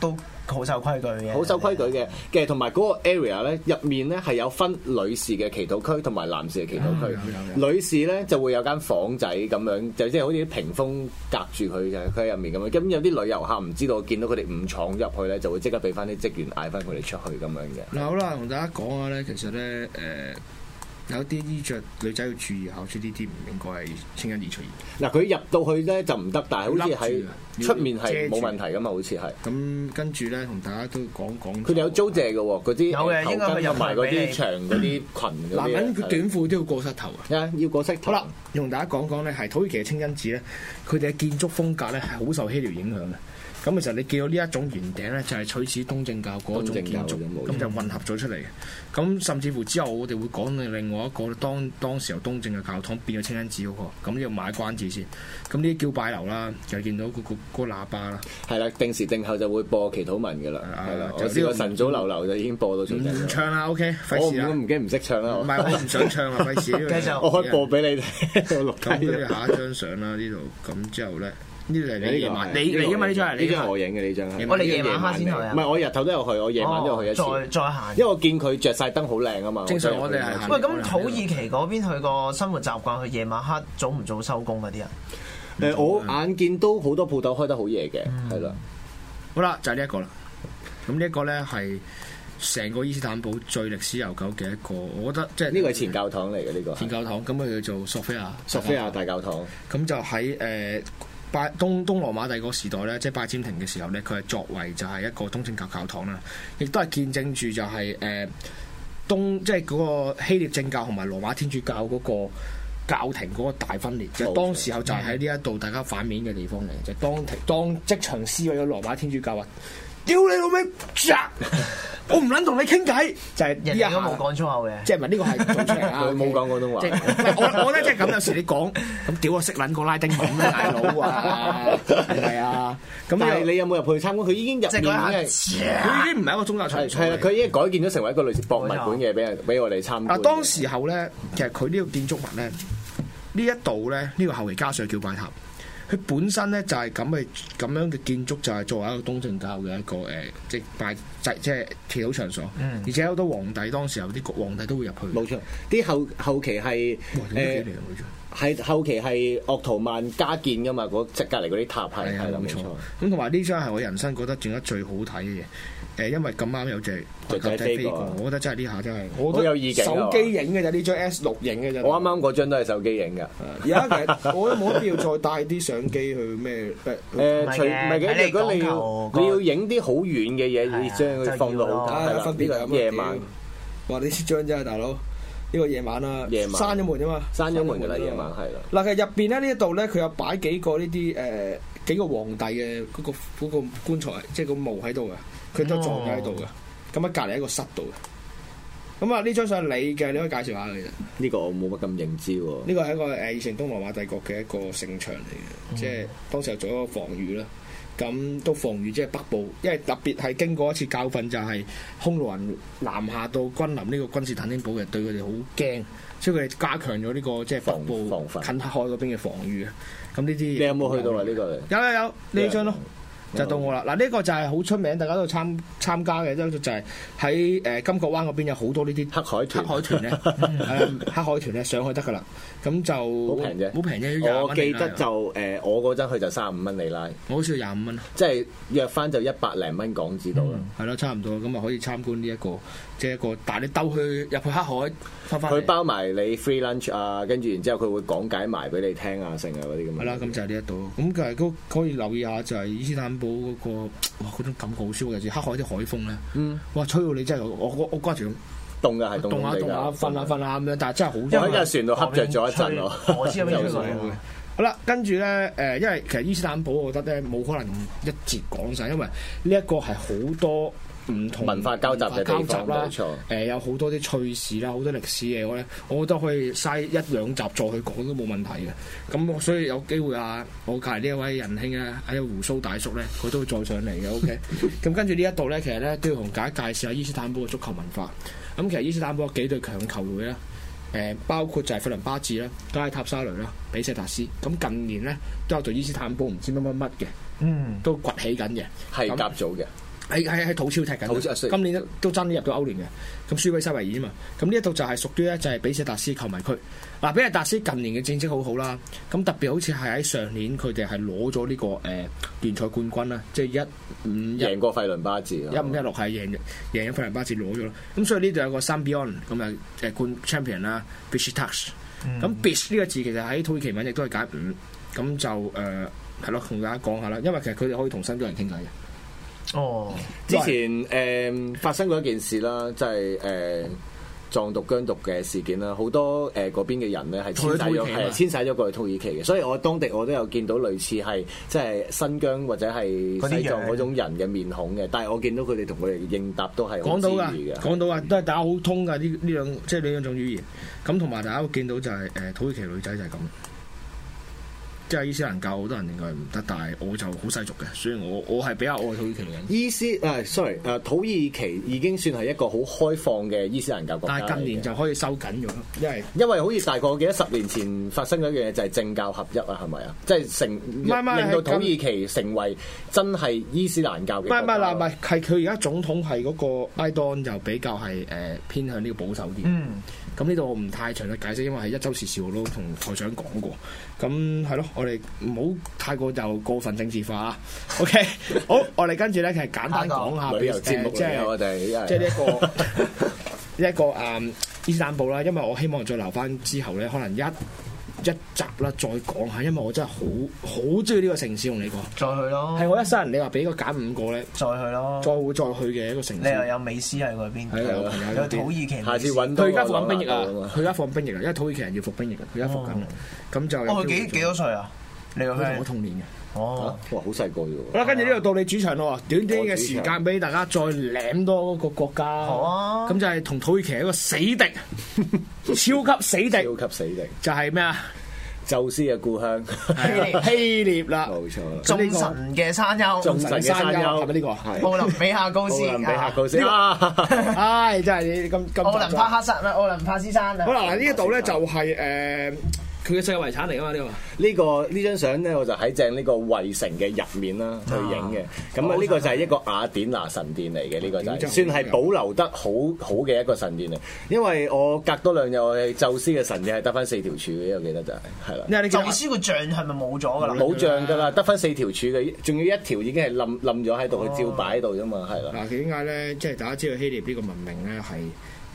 Speaker 3: 都都好守規矩嘅，
Speaker 4: 好守規矩嘅嘅，同埋嗰個 area 咧入面咧係有分女士嘅祈禱區同埋男士嘅祈禱
Speaker 3: 嗯
Speaker 4: 區。
Speaker 2: 有
Speaker 4: 女士咧就會有間房仔咁樣，就即係好似啲屏風隔住佢嘅，佢喺入面咁樣。咁有啲旅遊客唔知道，見到佢哋誤闖入去咧，就會即刻俾翻啲職員嗌翻佢哋出去咁樣嘅。
Speaker 2: 嗱，好啦，同大家講下咧，其實咧，誒、有啲衣着女仔要注意下，好似呢啲唔應該係清真而出現。
Speaker 4: 嗱，佢入到去咧就唔得，但係好似
Speaker 2: 笠
Speaker 4: 喺
Speaker 2: 住啊要
Speaker 4: 出面係
Speaker 2: 遮住
Speaker 4: 冇問題噶嘛，好似係。
Speaker 2: 咁跟住咧，同大家都講講。
Speaker 4: 佢哋有租借嘅喎，嗰啲
Speaker 3: 有嘅
Speaker 4: 頭
Speaker 3: 應該佢
Speaker 4: 巾
Speaker 3: 有
Speaker 4: 同
Speaker 3: 賣
Speaker 4: 埋嗰
Speaker 3: 俾
Speaker 4: 啲
Speaker 3: 你
Speaker 4: 長嗰啲裙嗰啲啊。
Speaker 2: 男人佢
Speaker 4: 係
Speaker 2: 短褲都要過膝頭啊！
Speaker 4: 啊，要個色
Speaker 2: 好
Speaker 4: 頭
Speaker 2: 啦，同大家講講咧，係土耳其嘅清真寺咧，佢哋嘅建築風格咧係好受希臘影響嘅。咁其實你見到呢一種圓頂咧，就係取自東正教嗰種建
Speaker 4: 東正
Speaker 2: 築
Speaker 4: 教嗰種，冇錯
Speaker 2: 咁就混合咗出嚟嘅。咁甚至乎之後我哋會講到另外一個當當時由東正嘅教堂變咗清真寺嗰、個，咁要買關子先。咁呢啲叫拜樓啦，就見到嗰、個、嗰個喇叭啦，
Speaker 4: 係啦，定時定候就會播祈禱文嘅啦。
Speaker 2: 係
Speaker 4: 係
Speaker 2: 啦
Speaker 4: 啦，
Speaker 2: 就
Speaker 4: 我
Speaker 2: 知
Speaker 4: 知
Speaker 2: 道
Speaker 4: 道晨早流流就已經播到最
Speaker 2: 唔
Speaker 4: 緊
Speaker 2: 唱啦，OK，
Speaker 4: 要。我
Speaker 2: 費
Speaker 4: 唔
Speaker 2: 事啦，
Speaker 4: 我
Speaker 2: 唔
Speaker 4: 唔驚唔識唱啦。我
Speaker 2: 係我唔想唱啦， 費事呢樣嘢。
Speaker 3: 繼續
Speaker 4: 我可以播俾你睇， 我錄
Speaker 2: 咁
Speaker 4: 低啊咗。
Speaker 2: 跟住下一張相啦，呢度咁之後咧，呢度係
Speaker 4: 呢個
Speaker 2: 你夜晚，
Speaker 4: 係
Speaker 2: 你
Speaker 4: 呢個
Speaker 2: 你噶嘛呢張係
Speaker 4: 呢
Speaker 2: 你㗎嘛
Speaker 4: 張我影嘅呢張係
Speaker 2: 夜晚
Speaker 3: 我哋夜晚黑先去啊
Speaker 4: 唔。係我日頭都有去，我夜晚都有去一次。
Speaker 3: 哦再再行
Speaker 4: 因為我見佢着晒燈好靚啊嘛。
Speaker 2: 正常
Speaker 4: 所以
Speaker 2: 我哋係
Speaker 4: 去
Speaker 2: 行
Speaker 3: 喂，咁土耳其嗰邊佢個生活習慣，佢夜晚黑早唔早收工嗰啲人，
Speaker 4: 誒，我眼見都好多鋪頭開得好夜嘅，
Speaker 2: 嗯
Speaker 4: 係啦。
Speaker 2: 好啦，就係呢一個啦。咁呢一個咧係成個伊斯坦堡最歷史悠久嘅一個，我覺得即係
Speaker 4: 呢個係前教堂嚟嘅呢個
Speaker 2: 嗯前
Speaker 4: 係。
Speaker 2: 教堂，咁佢叫做索菲亞。
Speaker 4: 索菲亞大教堂，
Speaker 2: 咁就喺誒拜東東羅馬帝國時代咧，即係拜占庭嘅時候咧，佢係作為就係一個東正教教堂啦，亦都係見證住就係、誒、東即係嗰個希臘正教同埋羅馬天主教嗰、個。教廷嗰個大分裂，就
Speaker 4: 冇錯
Speaker 2: 當時候就係喺呢一度大家反面嘅地方嚟，
Speaker 3: 嗯
Speaker 2: 就當庭當即場撕毀咗羅馬天主教話：屌你老味， 扎我唔撚同你傾偈，就係呢
Speaker 3: 人
Speaker 2: 一
Speaker 3: 哋都
Speaker 2: 下
Speaker 3: 冇。講粗口嘅。
Speaker 2: 即係唔係呢個係做出 嚟啊？
Speaker 4: 佢冇講廣東話
Speaker 2: 即係唔係 我我覺得即係咁，有時你講咁屌我識撚個拉丁文咩大佬啊？ 係咪啊？咁
Speaker 4: 但係
Speaker 2: 你
Speaker 4: 你有冇入去參觀？佢已經入
Speaker 3: 即係
Speaker 4: 面
Speaker 3: 嗰一
Speaker 4: 已經
Speaker 3: 刻，
Speaker 2: 佢已經唔係一個宗教場
Speaker 4: 係
Speaker 2: 所
Speaker 4: 係啦，
Speaker 2: 嚟
Speaker 4: 佢已經改建咗成為一個類似博物館嘅，俾人俾我哋參觀嘅。
Speaker 2: 嗱，啊當時候咧，其實佢呢個建築物咧，呢一度咧，呢、個後嚟加上叫拜塔，佢本身咧就係咁嘅咁樣嘅建築，就係作為一個東正教嘅一個誒、呃即係拜祭即係祈禱場所，
Speaker 3: 嗯
Speaker 2: 而且好多皇帝當時候啲皇帝都會入去。
Speaker 4: 冇錯，啲後後期係
Speaker 2: 哇，咁都幾
Speaker 4: 誒
Speaker 2: 靚喎呢張
Speaker 4: 係後期係鄂圖曼加建噶嘛，嗰即隔離嗰啲塔係
Speaker 2: 係啊
Speaker 4: 係，啦，
Speaker 2: 冇
Speaker 4: 冇
Speaker 2: 錯
Speaker 4: 錯。。
Speaker 2: 咁同埋呢張係我人生覺得整得最好睇嘅嘢。誒，因為咁啱有隻白
Speaker 4: 雀仔
Speaker 2: 鴿仔
Speaker 4: 飛
Speaker 2: 飛
Speaker 4: 過
Speaker 2: 過，我覺得真係呢下真係，
Speaker 4: 好有意境啊
Speaker 2: 手機影嘅就呢張 S 六影嘅啫。
Speaker 4: 我啱啱嗰張都係手機影噶。
Speaker 2: 而家其實我都冇必要再帶啲相機去咩 呃
Speaker 3: 係
Speaker 4: 誒，
Speaker 3: 嘅
Speaker 4: 除唔
Speaker 3: 睇
Speaker 4: 係嘅，
Speaker 3: 你
Speaker 4: 如果你
Speaker 3: 講
Speaker 4: 要
Speaker 3: 求
Speaker 4: 你要影啲好遠嘅嘢，
Speaker 3: 係啊
Speaker 4: 你將佢放到
Speaker 3: 就要
Speaker 2: 啊
Speaker 3: 咯
Speaker 4: 係啦，呢個夜晚。
Speaker 2: 哇！呢張真係大佬，呢個夜晚啦，
Speaker 4: 夜晚
Speaker 2: 閂咗門啫啊嘛，
Speaker 4: 閂咗門㗎啦
Speaker 2: 閂咗㗎
Speaker 4: 夜晚係啦
Speaker 2: 嗱，其實入邊咧呢一度咧，佢有擺幾個呢啲誒幾個皇帝嘅嗰、個嗰個棺材，即係個墓喺度嘅，佢都葬咗喺度嘅。咁啊喺隔離一個室度嘅。咁啊，呢張相係你嘅，你可以介紹下嘅。
Speaker 4: 呢個我冇乜咁認知喎。
Speaker 2: 呢個係一個誒以前東羅馬帝國嘅一個城牆
Speaker 4: 嗯
Speaker 2: 嚟嘅，即係當時又做一個防禦啦。咁都防禦即係北部，因為特別係經過一次教訓，就係匈奴人南下到君臨呢個君士坦丁堡嘅，對佢哋好驚，所以佢哋加強咗呢個即係北部
Speaker 4: 防防範
Speaker 2: 近海嗰邊嘅防禦啊。咁呢啲嗯
Speaker 4: 你有冇去到啊？呢個
Speaker 2: 有有有呢張咯。
Speaker 4: 你
Speaker 2: 就到我啦！嗱，呢個就係好出名，大家都參參加嘅，呢個就係喺誒金角灣嗰邊有好多呢啲
Speaker 4: 黑海豚
Speaker 2: 黑海豚 咧，係啊黑海豚咧上去得噶啦，咁就好
Speaker 4: 好平啫
Speaker 2: 好平啫，要
Speaker 4: 我記
Speaker 2: 廿蚊嚟啊
Speaker 4: 得
Speaker 2: 㗎
Speaker 4: 就誒、我嗰陣去就三十五蚊里拉，
Speaker 2: 我好似要廿五蚊，
Speaker 4: 即係約翻就一百零蚊港紙到啦。
Speaker 2: 係咯，差唔多，咁啊可以參觀呢一個，即係一個，但係你兜去入去黑海翻翻
Speaker 4: 佢、
Speaker 2: 嚟，
Speaker 4: 包埋你 free lunch 啊，跟住然之後佢會講解埋俾你聽啊，剩啊嗰啲咁樣。
Speaker 2: 係啦，咁就係呢一度咯。咁其實都可以留意下，就係伊斯坦堡嗰個，哇嗰種感覺好舒服，尤其是黑海啲海風咧，
Speaker 4: 嗯，
Speaker 2: 哇吹到你真係我我我嗰陣時
Speaker 4: 凍㗎係
Speaker 2: 咁凍下
Speaker 4: 凍
Speaker 2: 凍下瞓下瞓下咁樣，但係真係好
Speaker 4: 因
Speaker 2: 因
Speaker 4: 為喺架船度恰着咗一陣啊咯。
Speaker 3: 我知有邊
Speaker 4: 有
Speaker 3: 吹
Speaker 4: 水
Speaker 3: 過。
Speaker 2: 好啦，跟住咧，誒，因為其實伊斯坦堡，我覺得咧冇可能一節講晒，因為呢一個係好多唔同
Speaker 4: 文化交集嘅地方
Speaker 2: 文化交
Speaker 4: 冇
Speaker 2: 集
Speaker 4: 錯
Speaker 2: 啦。誒，有好多啲趣事啦，好多歷史嘢咧，我覺得可以嘥一兩集再去講都冇問題嘅。咁我所以有機會啊，我隔離呢一位仁兄咧，喺個胡鬚大叔咧，佢都會再上嚟嘅。OK，咁跟住呢一度咧，其實咧都要同大家介紹下伊斯坦堡嘅足球文化。咁其實伊斯坦堡有幾隊強球會啦。誒包括就係費倫巴治啦、加塔沙雷啦、比錫達斯，咁近年咧都有做伊斯坦堡唔知乜乜乜嘅，
Speaker 3: 嗯，
Speaker 2: 都崛起緊嘅，
Speaker 4: 係甲組嘅，
Speaker 2: 喺喺喺土超踢
Speaker 4: 土超啊
Speaker 2: 緊，
Speaker 4: 雖
Speaker 2: 今年都爭啲入到歐聯嘅，咁輸俾西維爾啊啫嘛，咁呢一度就係屬於咧就係比錫達斯球迷區，嗱比錫達斯近年嘅戰績好好啦，咁特別好似係喺上年佢哋係攞咗呢個誒聯賽冠軍啦，即係一五一
Speaker 4: 贏過費倫巴治啊
Speaker 2: 一五一六係贏贏咗費倫巴治攞咗啦，咁所以呢度有個三 Beyond 咁啊誒冠 champion 啦 b i s h t a s
Speaker 4: 嗯
Speaker 2: 咁 b i s h 呢個字其實喺土耳其文亦都係解五，咁就誒係咯，同大家講下啦，因為其實佢哋可以同新疆人傾偈嘅，
Speaker 3: 哦，
Speaker 4: 之前誒、發生過一件事啦，就係、誒、藏獨疆獨嘅事件啦，好多誒嗰、邊嘅人咧係遷徙
Speaker 2: 去土
Speaker 4: 咗，
Speaker 2: 耳其啊
Speaker 4: 係遷徙咗過去土耳其嘅，所以我當地我都有見到類似係即係新疆或者
Speaker 3: 嗰
Speaker 4: 係
Speaker 3: 啲
Speaker 4: 西藏
Speaker 3: 樣
Speaker 4: 嗰種人嘅面孔嘅，但係我見到佢哋同佢哋應答都係好
Speaker 2: 講
Speaker 4: 自
Speaker 2: 到
Speaker 4: 如
Speaker 2: 㗎，
Speaker 4: 嘅。
Speaker 2: 講到啊，都係打好通㗎呢呢兩即係呢兩種語言，咁同埋大家會見到就係誒土耳其女仔就係咁。即係伊斯蘭教好多人應該唔得，但係我就好世俗嘅，所以我我係比較愛土耳其女人。
Speaker 4: 伊斯誒，sorry E 呃誒，土耳其已經算係一個好開放嘅伊斯蘭教國家
Speaker 2: 但
Speaker 4: 嚟嘅。
Speaker 2: 係近年就可以收緊咗，因為
Speaker 4: 因為好似大概我記得十年前發生嗰樣嘢就係政教合一啊，係咪啊？即係成
Speaker 2: 係唔係
Speaker 4: 令到土耳其成為真係伊斯蘭教嘅
Speaker 2: 唔
Speaker 4: 國
Speaker 2: 係唔係
Speaker 4: 家
Speaker 2: 嗱，唔係係佢而家總統係嗰個埃當就比較係誒、呃偏向呢個保守啲。
Speaker 3: 嗯，
Speaker 2: 咁呢度我唔太詳細解釋，因為係一周時事我都同台長講過。咁係咯，我哋唔好太過就過分政治化啊。OK，好， 我哋跟住咧其實簡單講下
Speaker 4: 啊旅遊節目
Speaker 2: 呃即
Speaker 4: 嚟嘅，
Speaker 2: 係
Speaker 4: 我哋因為
Speaker 2: 即係呢一個呢一個 誒伊斯坦堡啦，因為我希望再留翻之後咧，可能一一集啦再講下，因為我真係好好中意呢個城市，同你講。
Speaker 3: 再去咯，
Speaker 2: 係我一生人，你話俾個揀五個咧，
Speaker 3: 再去咯。
Speaker 2: 再會再去嘅一個城市。
Speaker 3: 你又有美斯喺嗰邊，
Speaker 2: 係啊有朋友喺嗰邊
Speaker 3: 有土耳其美斯，
Speaker 4: 哎下次揾
Speaker 2: 佢
Speaker 4: 到
Speaker 2: 而家服緊
Speaker 4: 我
Speaker 2: 兵役啊
Speaker 4: 攞下！
Speaker 2: 佢而家服緊兵役啊！因為土耳其人要服兵役啊，佢而家服緊啊。咁就有
Speaker 3: 哦哦，佢
Speaker 2: 機會
Speaker 3: 幾幾多歲啊？你個
Speaker 2: 佢同我
Speaker 3: friend
Speaker 2: 同年嘅。
Speaker 3: 哦
Speaker 4: 啊，哇，好細個啫
Speaker 2: 好
Speaker 4: 喎！
Speaker 2: 啦，跟住呢度到你主場咯，短短嘅時
Speaker 4: 我主場
Speaker 2: 間俾大家再舐多個國家。
Speaker 3: 好啊
Speaker 2: 咁就係同土耳其係一個死敵，超級死敵，
Speaker 4: 超級死敵，
Speaker 2: 就係咩啊？
Speaker 4: 宙斯嘅故鄉，
Speaker 3: 希臘
Speaker 2: 希臘啦，
Speaker 4: 冇錯啦。
Speaker 3: 眾神嘅山丘，
Speaker 4: 眾神嘅
Speaker 2: 神
Speaker 4: 山
Speaker 2: 山丘
Speaker 4: 丘
Speaker 2: 係咪呢個
Speaker 4: 係
Speaker 3: 奧林比亞高斯，
Speaker 4: 奧林比亞高斯
Speaker 2: 呢個
Speaker 4: 啊！
Speaker 2: 唉，真係你咁咁
Speaker 3: 奧林帕克山，唔係奧林帕斯山啊。
Speaker 2: 好啦，嗱呢一度咧就係誒佢嘅世界遺產嚟啊嘛，呢個。
Speaker 4: 呢個呢張相咧，我就喺正呢個衛城嘅入面啦去影嘅。咁啊，呢個就係一個雅典娜神殿嚟嘅，呢個就係
Speaker 2: 真係
Speaker 4: 算係保留得好好嘅一個神殿嚟。因為我隔多兩日，我去宙斯嘅神殿係得翻四條柱嘅，我記得就係係啦。
Speaker 2: 因為你見
Speaker 3: 宙斯個像係咪冇咗㗎啦？
Speaker 4: 冇像㗎啦，得翻四條柱嘅，仲要一條已經係冧冧咗喺度，佢照擺喺度啫嘛，係啦。
Speaker 2: 嗱，點解咧？即係大家知道希臘呢個文明咧係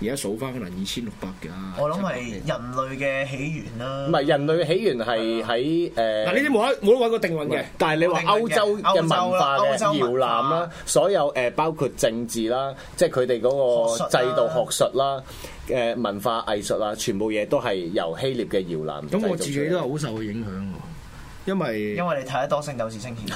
Speaker 2: 而家數翻可能二千六百㗎。
Speaker 3: 我諗係人類嘅起源啦。
Speaker 4: 唔係人類嘅起源係喺誒。
Speaker 2: 嗱，呢啲冇得冇得揾個定論嘅。
Speaker 4: 但係你話歐洲嘅文化嘅
Speaker 3: 歐洲
Speaker 4: 搖
Speaker 3: 啦
Speaker 4: 籃啦，所有誒包括政治啦，即係佢哋嗰個
Speaker 3: 學術啦
Speaker 4: 制度、學術啦、誒文化藝術啦，全部嘢都係由希臘嘅搖籃。
Speaker 2: 咁我自己都係好受佢影響喎，因為
Speaker 3: 因為你睇得多《聖鬥士星矢》，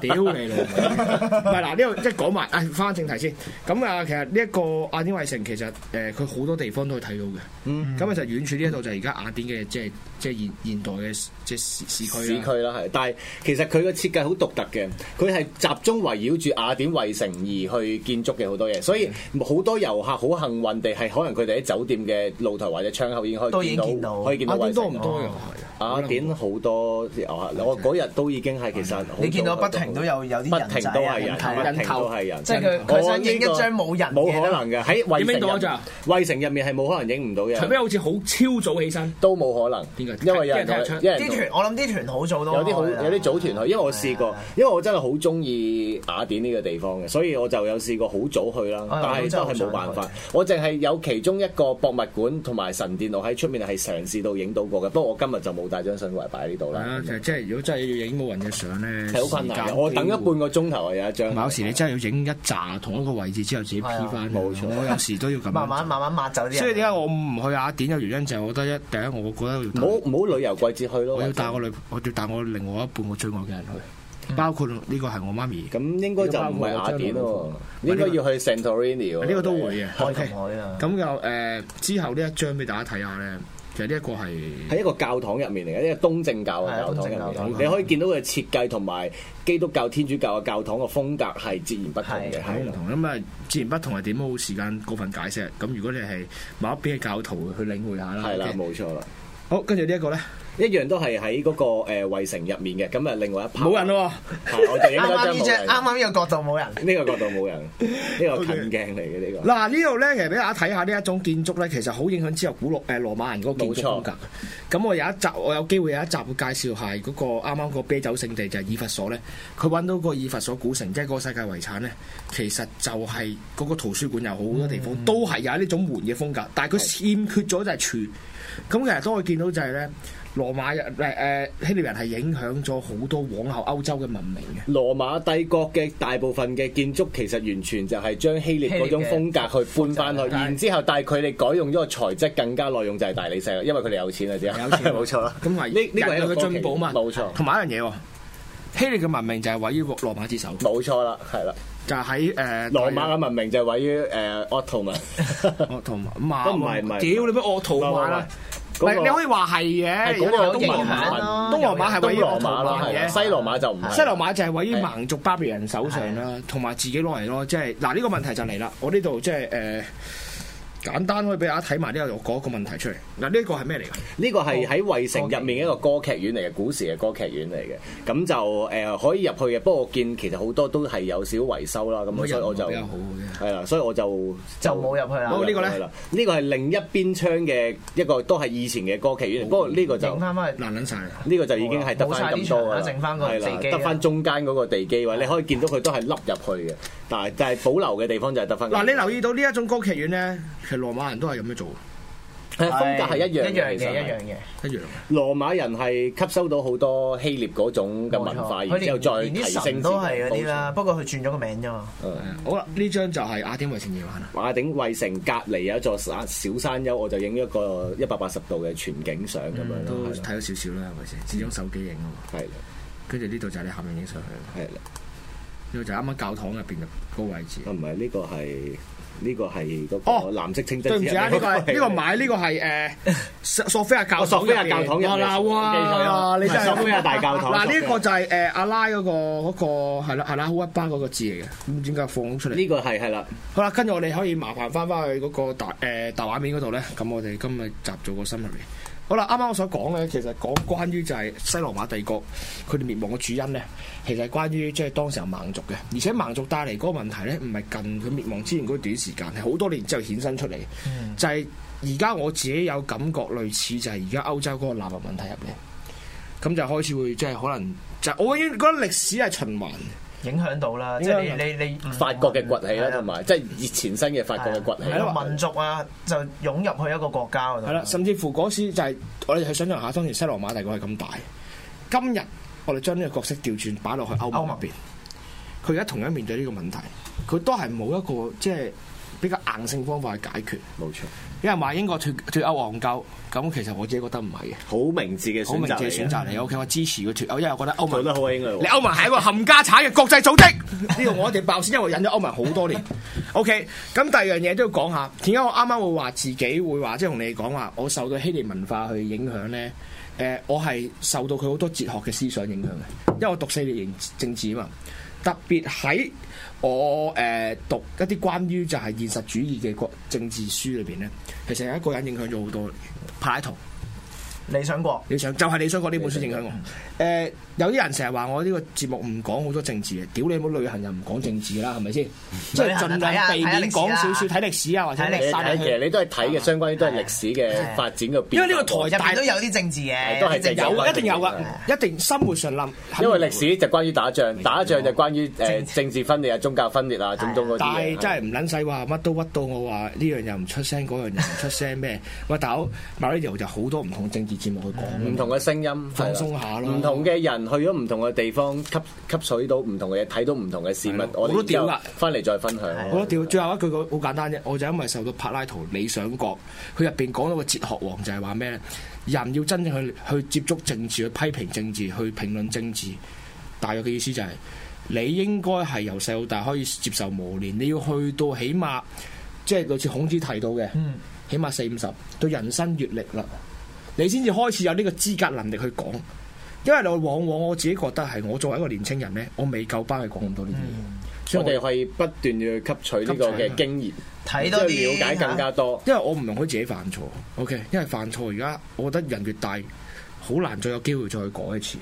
Speaker 2: 屌你老母！唔係嗱，呢度即係講埋，唉，翻返正題先。咁啊，其實呢一個雅典衛城其實誒，佢好多地方都可以睇到嘅。
Speaker 4: 嗯
Speaker 2: 咁其實遠處呢一度就係而家雅典嘅即係即係現現代嘅即係市市區啊
Speaker 4: 市
Speaker 2: 啦
Speaker 4: 區。啦，係，但係其實佢個設計好獨特嘅，佢係集中圍繞住雅典衛城而去建築嘅好多嘢，所以好多遊客好幸運地係可能佢哋喺酒店嘅露台或者窗口已經可
Speaker 3: 都
Speaker 4: 以
Speaker 3: 已經
Speaker 4: 見
Speaker 3: 見
Speaker 4: 到，
Speaker 3: 到
Speaker 4: 可以見到
Speaker 2: 雅典
Speaker 4: 衛
Speaker 2: 多啊唔
Speaker 4: 城。
Speaker 2: 多嘅？
Speaker 4: 雅典啊好多遊客，我嗰日都已經係其實好多
Speaker 3: 你見到不停都有有啲人
Speaker 4: 不停都係人，
Speaker 3: 仔啊
Speaker 4: 不
Speaker 3: 人
Speaker 4: 停都係人。
Speaker 3: 即係佢佢想影一張冇人嘅
Speaker 4: 冇可能嘅喺衛
Speaker 2: 影唔
Speaker 4: 城
Speaker 2: 影到啊
Speaker 4: 入
Speaker 2: 咋
Speaker 4: 衛城入面係冇可能影唔到
Speaker 2: 除非
Speaker 4: 嘅，
Speaker 2: 好似好超早起身，
Speaker 4: 都冇可能
Speaker 2: 點，解
Speaker 4: 因為有人
Speaker 2: 因為睇
Speaker 4: 同
Speaker 2: 得出
Speaker 4: 因為人
Speaker 3: 啲
Speaker 4: 同
Speaker 3: 團，我諗啲團好早都
Speaker 4: 有啲好
Speaker 3: 開啦
Speaker 4: 有啲組團去，因為我試過
Speaker 3: 哦啊係啊，
Speaker 4: 因為我真係好中意雅典呢個地方嘅，所以我就有試過好早去啦，但
Speaker 3: 啊
Speaker 4: 係都係冇
Speaker 3: 我真係好想
Speaker 4: 辦法
Speaker 3: 去。
Speaker 4: 我淨係有其中一個博物館同埋神殿，我喺出面係嘗試到影到過嘅，不過我今日就冇帶張信過嚟擺喺呢度
Speaker 2: 係啊
Speaker 4: 啦，。
Speaker 2: 其實即係如果真係要影冇人嘅相咧，
Speaker 4: 係好困難
Speaker 2: 時
Speaker 4: 嘅，
Speaker 2: 間
Speaker 4: 我等咗半個鐘頭啊，有一張。
Speaker 2: 唔係有時你真係要影一紮同一個位置之後自己 P 翻，
Speaker 4: 冇錯
Speaker 2: 我有時都要咁樣做。
Speaker 3: 慢啊慢慢慢抹走啲人。
Speaker 2: 所以點解我唔去雅典嘅原因就係我覺得一第一，我覺得要
Speaker 4: 唔
Speaker 2: 帶
Speaker 4: 好唔好旅遊季節去咯。
Speaker 2: 我要帶
Speaker 4: 或者
Speaker 2: 我女，我要帶我另外一半我最愛嘅人去，包括呢個係我媽咪。
Speaker 4: 咁應該就唔係雅典咯，應該要去 Santorini 喎。
Speaker 2: 呢個都會嘅。
Speaker 3: 開
Speaker 2: OK，
Speaker 3: 同海啊！
Speaker 2: 咁就誒之後呢一張俾大家睇下咧，其實呢一個係
Speaker 4: 喺一個教堂入面嚟嘅，一個東正教嘅
Speaker 3: 係啊
Speaker 4: 教堂
Speaker 3: 東正教
Speaker 4: 入面，
Speaker 3: 堂
Speaker 4: 你可以見到佢嘅設計同埋基督教、天主教嘅教堂嘅風格係截然不同嘅，
Speaker 3: 係
Speaker 2: 好
Speaker 4: 係
Speaker 2: 唔
Speaker 4: 啦。
Speaker 2: 同咁啊，自然不同係點都冇時間過分解釋。咁如果你係某一邊嘅教徒去領會下啦。
Speaker 4: 係啦，
Speaker 2: OK
Speaker 4: 冇錯啦，
Speaker 2: 好，跟住呢一個咧，
Speaker 4: 一樣都係喺嗰個誒衛城入面嘅，咁啊另外一排
Speaker 2: 冇人，咯
Speaker 4: 係我就影
Speaker 3: 啱
Speaker 4: 咗
Speaker 3: 啱
Speaker 4: 張
Speaker 3: 呢
Speaker 4: 冇
Speaker 3: 張
Speaker 4: 人，
Speaker 3: 啱啱呢個角度冇人，
Speaker 4: 呢個角度冇人，呢個
Speaker 2: OK
Speaker 4: 近鏡嚟嘅呢
Speaker 2: 喎。嗱呢度咧，其實俾大家睇下呢一種建築咧，其實好影響之後古羅誒羅馬人嗰個建築風格。咁我有一集，我有機會有一集會介紹下嗰個啱啱個啤酒聖地就係以弗所咧。佢揾到個以弗所古城，即係嗰個世界遺產咧，其實就係嗰個圖書館有好多地
Speaker 4: 嗯
Speaker 2: 方、都係有呢種門嘅風格，但係佢欠缺咗就係柱。咁其實都可以見到就係咧，羅馬人誒誒、希臘人係影響咗好多往後歐洲嘅文明嘅。
Speaker 4: 個。羅馬帝國嘅大部分嘅建築其實完全就係將希臘嗰種
Speaker 3: 希臘
Speaker 4: 風格去搬翻去，
Speaker 2: 就係
Speaker 4: 然之後但係佢哋改用咗個材質更加耐用就係大理石啦，因為佢哋有錢啊，之後
Speaker 2: 有錢
Speaker 4: 冇錯啦。
Speaker 2: 咁係
Speaker 4: 呢呢個係一
Speaker 2: 人
Speaker 4: 個
Speaker 2: 類嘅進步
Speaker 4: 科
Speaker 2: 嘛，
Speaker 4: 技冇錯
Speaker 2: 同埋一樣嘢喎，希臘嘅文明就係位於羅馬之首，
Speaker 4: 冇錯啦，係 啦，
Speaker 2: 就係喺誒
Speaker 4: 羅馬嘅文明就係位呃於誒鄂圖曼，啊
Speaker 2: 我哦同馬哦
Speaker 4: 都唔係唔係
Speaker 2: 屌你乜我圖馬啦！唔
Speaker 4: 嗰個
Speaker 2: 係你可以話係嘅，
Speaker 4: 嗰個
Speaker 2: 哎有
Speaker 3: 有
Speaker 2: 啲
Speaker 3: 影
Speaker 2: 有東羅
Speaker 3: 響
Speaker 2: 馬，
Speaker 3: 咯。
Speaker 2: 東羅馬係位於
Speaker 4: 東羅
Speaker 2: 奧圖
Speaker 4: 馬啦，
Speaker 2: 曼
Speaker 4: 係啦，
Speaker 2: 嘅，
Speaker 4: 西羅馬就唔係。
Speaker 2: 西羅馬就係位於盲族巴比人手上啦，同埋自己攞嚟咯，即係嗱呢個問題就嚟啦。我呢度即係誒簡單可以俾大家睇埋呢個我講一個問題出嚟。嗱呢一個係咩嚟㗎？
Speaker 4: 呢個係喺衛城入面一個歌劇院嚟嘅，古時嘅歌劇院嚟嘅，咁就誒、呃可以入去嘅。不過我見其實好多都係有少少維修啦，咁所以我就
Speaker 2: 比較好嘅。
Speaker 4: 係啦，所以我就
Speaker 3: 就冇入去啦
Speaker 2: 好呢個呢
Speaker 4: 係啦呢個係另一邊窗嘅一個都係以前嘅歌劇院，不過呢個就
Speaker 3: 影。翻翻去
Speaker 2: 難撚晒啦！
Speaker 4: 呢個就已經係得翻咁多
Speaker 3: 冇晒啲
Speaker 4: 㗎
Speaker 3: 牆啦啊剩返個
Speaker 4: 係
Speaker 3: 地
Speaker 4: 啦，
Speaker 3: 基啦
Speaker 4: 得翻中間嗰個地基位，你可以見到佢都係凹入去嘅，但係但係保留嘅地方就係得翻。
Speaker 2: 嗱，你留意到呢一種歌劇院咧，其實羅馬人都係咁樣做，
Speaker 4: 係風格係一樣
Speaker 3: 一樣
Speaker 4: 其實
Speaker 3: 嘅，
Speaker 4: 係
Speaker 3: 一樣嘅。
Speaker 2: 一樣嘅。
Speaker 4: 羅馬人係吸收到好多希臘嗰種嘅文化，
Speaker 3: 冇錯
Speaker 4: 然之後再
Speaker 3: 連
Speaker 4: 提
Speaker 3: 啲
Speaker 4: 升
Speaker 3: 神都係嗰啲啦，不過佢轉咗個名啫嘛。
Speaker 4: 自己嘅高潮。
Speaker 2: 好啦，呢張就係雅典衛城夜晚啦。
Speaker 4: 馬鼎衛城隔離有一座小山丘，我就影咗一個一百八十度嘅全景相咁
Speaker 3: 嗯
Speaker 4: 樣
Speaker 2: 都
Speaker 4: 咯，係啦
Speaker 2: 睇咗少少啦，係咪先？始終手機影啊嘛，
Speaker 4: 係啦，
Speaker 2: 跟住呢度就係你下面影上去啦，
Speaker 4: 係啦，
Speaker 2: 呢度就係啱啱教堂入邊嘅高位置
Speaker 4: 啊。唔係呢個係呢個係嗰
Speaker 2: 哦
Speaker 4: 個藍色清真寺入
Speaker 2: 對唔住
Speaker 4: 面
Speaker 2: 啊，呢
Speaker 4: 嗰
Speaker 2: 個
Speaker 4: 個
Speaker 2: 係
Speaker 4: 係。
Speaker 2: 呢個買呢個係誒索菲亞教
Speaker 4: 哦索菲亞教堂入
Speaker 2: 哇
Speaker 4: 面
Speaker 2: 嗱哇，你真係
Speaker 4: 索菲亞大教堂
Speaker 2: 嗱呢一
Speaker 4: 索菲
Speaker 2: 個
Speaker 4: 亞
Speaker 2: 就係誒阿拉嗰個嗰個係啦係啦，好一巴嗰個字嚟嘅，咁點解放出嚟？
Speaker 4: 呢個係係啦，
Speaker 2: 好啦，跟住我哋可以麻煩翻翻去嗰個大誒大畫面嗰度咧，咁我哋今日集做個深入嚟。好啦，啱啱我所講咧，其實講關於就係西羅馬帝國佢哋滅亡嘅主因咧，其實係關於即係當時候蠻族嘅，而且蠻族帶嚟嗰個問題咧，唔係近佢滅亡之前嗰短時間，係好多年之後衍生出嚟，就係而家我自己有感覺類似就係而家歐洲嗰個納入問題入面，咁就開始會即係可能就我永遠覺得歷史係循環嘅。
Speaker 3: 影響到啦，
Speaker 2: 影
Speaker 3: 即
Speaker 2: 響到
Speaker 3: 係你你你唔
Speaker 4: 法國嘅崛起啦，同
Speaker 3: 係啊
Speaker 4: 埋即係以前新嘅法國嘅崛起
Speaker 3: 係
Speaker 4: 啦。
Speaker 3: 啦民族啊就湧入去一個國家嗰度，
Speaker 2: 係
Speaker 4: 啊
Speaker 2: 啦，甚至乎嗰時就係我哋去想象下，當年西羅馬帝國係咁大，今日我哋將呢個角色調轉擺落去歐盟入邊，佢而家同樣面對呢個問題，佢都係冇一個即係比較硬性方法去解決。
Speaker 4: 冇錯，
Speaker 2: 有人話英國脱脱歐戇鳩，咁其實我自己覺得唔係嘅，
Speaker 4: 好明智嘅
Speaker 2: 好
Speaker 4: 選
Speaker 2: 明
Speaker 4: 擇
Speaker 2: 智嘅選
Speaker 4: 嚟嘅，
Speaker 2: 擇嚟嘅。OK，我支持佢脱歐，因為我覺得
Speaker 4: 做
Speaker 2: 歐盟
Speaker 4: 得好啊，應該
Speaker 2: 你歐盟係一個冚家產嘅國際組織，呢度我哋爆先，因為我引咗歐盟好多年。OK，咁第二樣嘢都要講下，點解我啱啱會話自己會話，即係同你講話，我受到希臘文化去影響呢？誒、我係受到佢好多哲學嘅思想影響嘅，因為我讀四年政治啊嘛，特別喺我誒、讀一啲關於就係現實主義嘅國政治書裏邊呢，其實有一個人影響咗好多嘅，柏拉圖。
Speaker 3: 理想國
Speaker 2: 你想就係、你想講呢本書影響我。誒、
Speaker 4: 嗯
Speaker 2: 有啲人成日話我呢個節目唔講好多政治嘅，屌你冇旅行又唔講政治啦，係咪先？
Speaker 4: 嗯
Speaker 2: 即
Speaker 4: 啊
Speaker 2: 係盡量避免講少少睇歷史啊，或者
Speaker 4: 你
Speaker 2: 咩
Speaker 4: 睇其實你都係睇嘅相關，都係歷史嘅發展嘅變化。
Speaker 2: 啊因為呢個台
Speaker 3: 哦入邊都有啲政治嘅，
Speaker 4: 係都係
Speaker 3: 有啲啊政治
Speaker 4: 政
Speaker 2: 有
Speaker 4: 治
Speaker 2: 一定有噶，一定生活上冧。
Speaker 4: 因為歷史就關於打仗，打仗就關於
Speaker 3: 政
Speaker 4: 誒
Speaker 3: 治
Speaker 4: 政治分裂啊、宗教分裂啊、種種嗰啲
Speaker 2: 但
Speaker 4: 嘢
Speaker 2: 係真係唔撚使話乜都屈到我話呢樣又唔出聲，嗰樣又唔出聲咩？喂，大佬 m a r i o 就好多唔同政治節目去
Speaker 4: 唔
Speaker 2: 講，
Speaker 4: 同嘅聲音，
Speaker 2: 放
Speaker 4: 係啦
Speaker 2: 鬆下咯
Speaker 4: 唔同嘅人去咗唔同嘅地方，吸吸取到唔同嘅嘢，睇到唔同嘅事
Speaker 2: 係
Speaker 4: 物
Speaker 2: 咯，
Speaker 4: 我
Speaker 2: 我都
Speaker 4: 哋
Speaker 2: 屌
Speaker 4: 之後
Speaker 2: 啦
Speaker 4: 翻嚟再分享。
Speaker 2: 我覺得屌，最後一句好簡單啫，我就因為受到柏拉圖理想國，佢入邊講到個哲學王就係話咩咧？人要真正去去接觸政治，去批評政治，去評論政治，大約嘅意思就係、你應該係由細到大可以接受磨練，你要去到起碼即係類似孔子提到嘅，
Speaker 3: 嗯
Speaker 2: 起碼四五十到人生閲歷啦，你先至開始有呢個資格能力去講。因為我往往我自己覺得係我作為一個年青人呢，我未夠班去講咁多呢啲嘢，所
Speaker 4: 嗯我
Speaker 2: 以
Speaker 4: 哋可以不斷要去吸取呢個嘅經驗，
Speaker 3: 睇
Speaker 4: 即
Speaker 3: 多
Speaker 4: 係
Speaker 3: 啲啊
Speaker 4: 了解更加多。
Speaker 2: 因為我唔容許自己犯錯，OK？因為犯錯而家，我覺得人越大，好難再有機會再去改一次，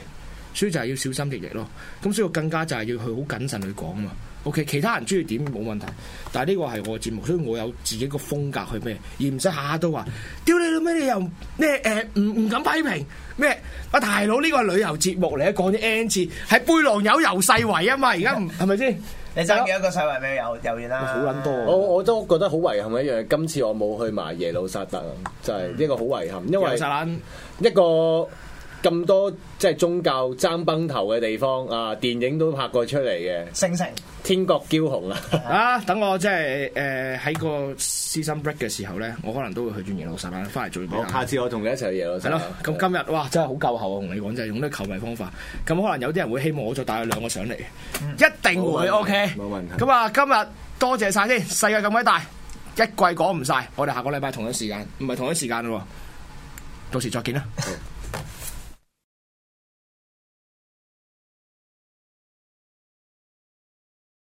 Speaker 2: 所以就係要小心翼翼咯。咁所以我更加就係要去好謹慎去講嘛。OK，其他人中意點冇問題，但係呢個係我嘅節目，所以我有自己個風格去咩，而唔使下下都話，屌你老味，你又咩誒唔唔敢批評咩？啊大佬呢個係旅遊節目嚟，講啲 N 字係背囊友遊世圍啊嘛，而家唔係咪先？
Speaker 3: 你爭幾多個世圍俾有有緣啦？
Speaker 2: 好撚多啊
Speaker 4: 我我都覺得好遺憾一樣，今次我冇去埋耶路撒冷，就係呢個好遺憾，因為
Speaker 2: 遊嗯撒冷
Speaker 4: 一個咁多即係宗教爭崩頭嘅地方啊，電影都拍過出嚟嘅，
Speaker 3: 聖城
Speaker 4: 天國驕雄啊！
Speaker 2: 啊！等我即係誒喺個 season break 嘅時候咧，我可能都會去轉耶路撒冷，翻嚟做
Speaker 4: 好，
Speaker 2: 嘢。
Speaker 4: 下次我同你一齊去耶路
Speaker 2: 係
Speaker 4: 撒
Speaker 2: 咯
Speaker 4: 冷。，
Speaker 2: 咁今日哇真係好夠喉啊！我同你講真係用呢個球迷方法，咁可能有啲人會希望我再帶佢兩個上嚟，一定會
Speaker 4: 嗯冇問
Speaker 2: OK
Speaker 4: 題。冇問題
Speaker 2: 咁啊，今日多謝晒先，世界咁鬼大，一季講唔晒，我哋下個禮拜同一時間，唔係同一時間咯喎，到時再見啦。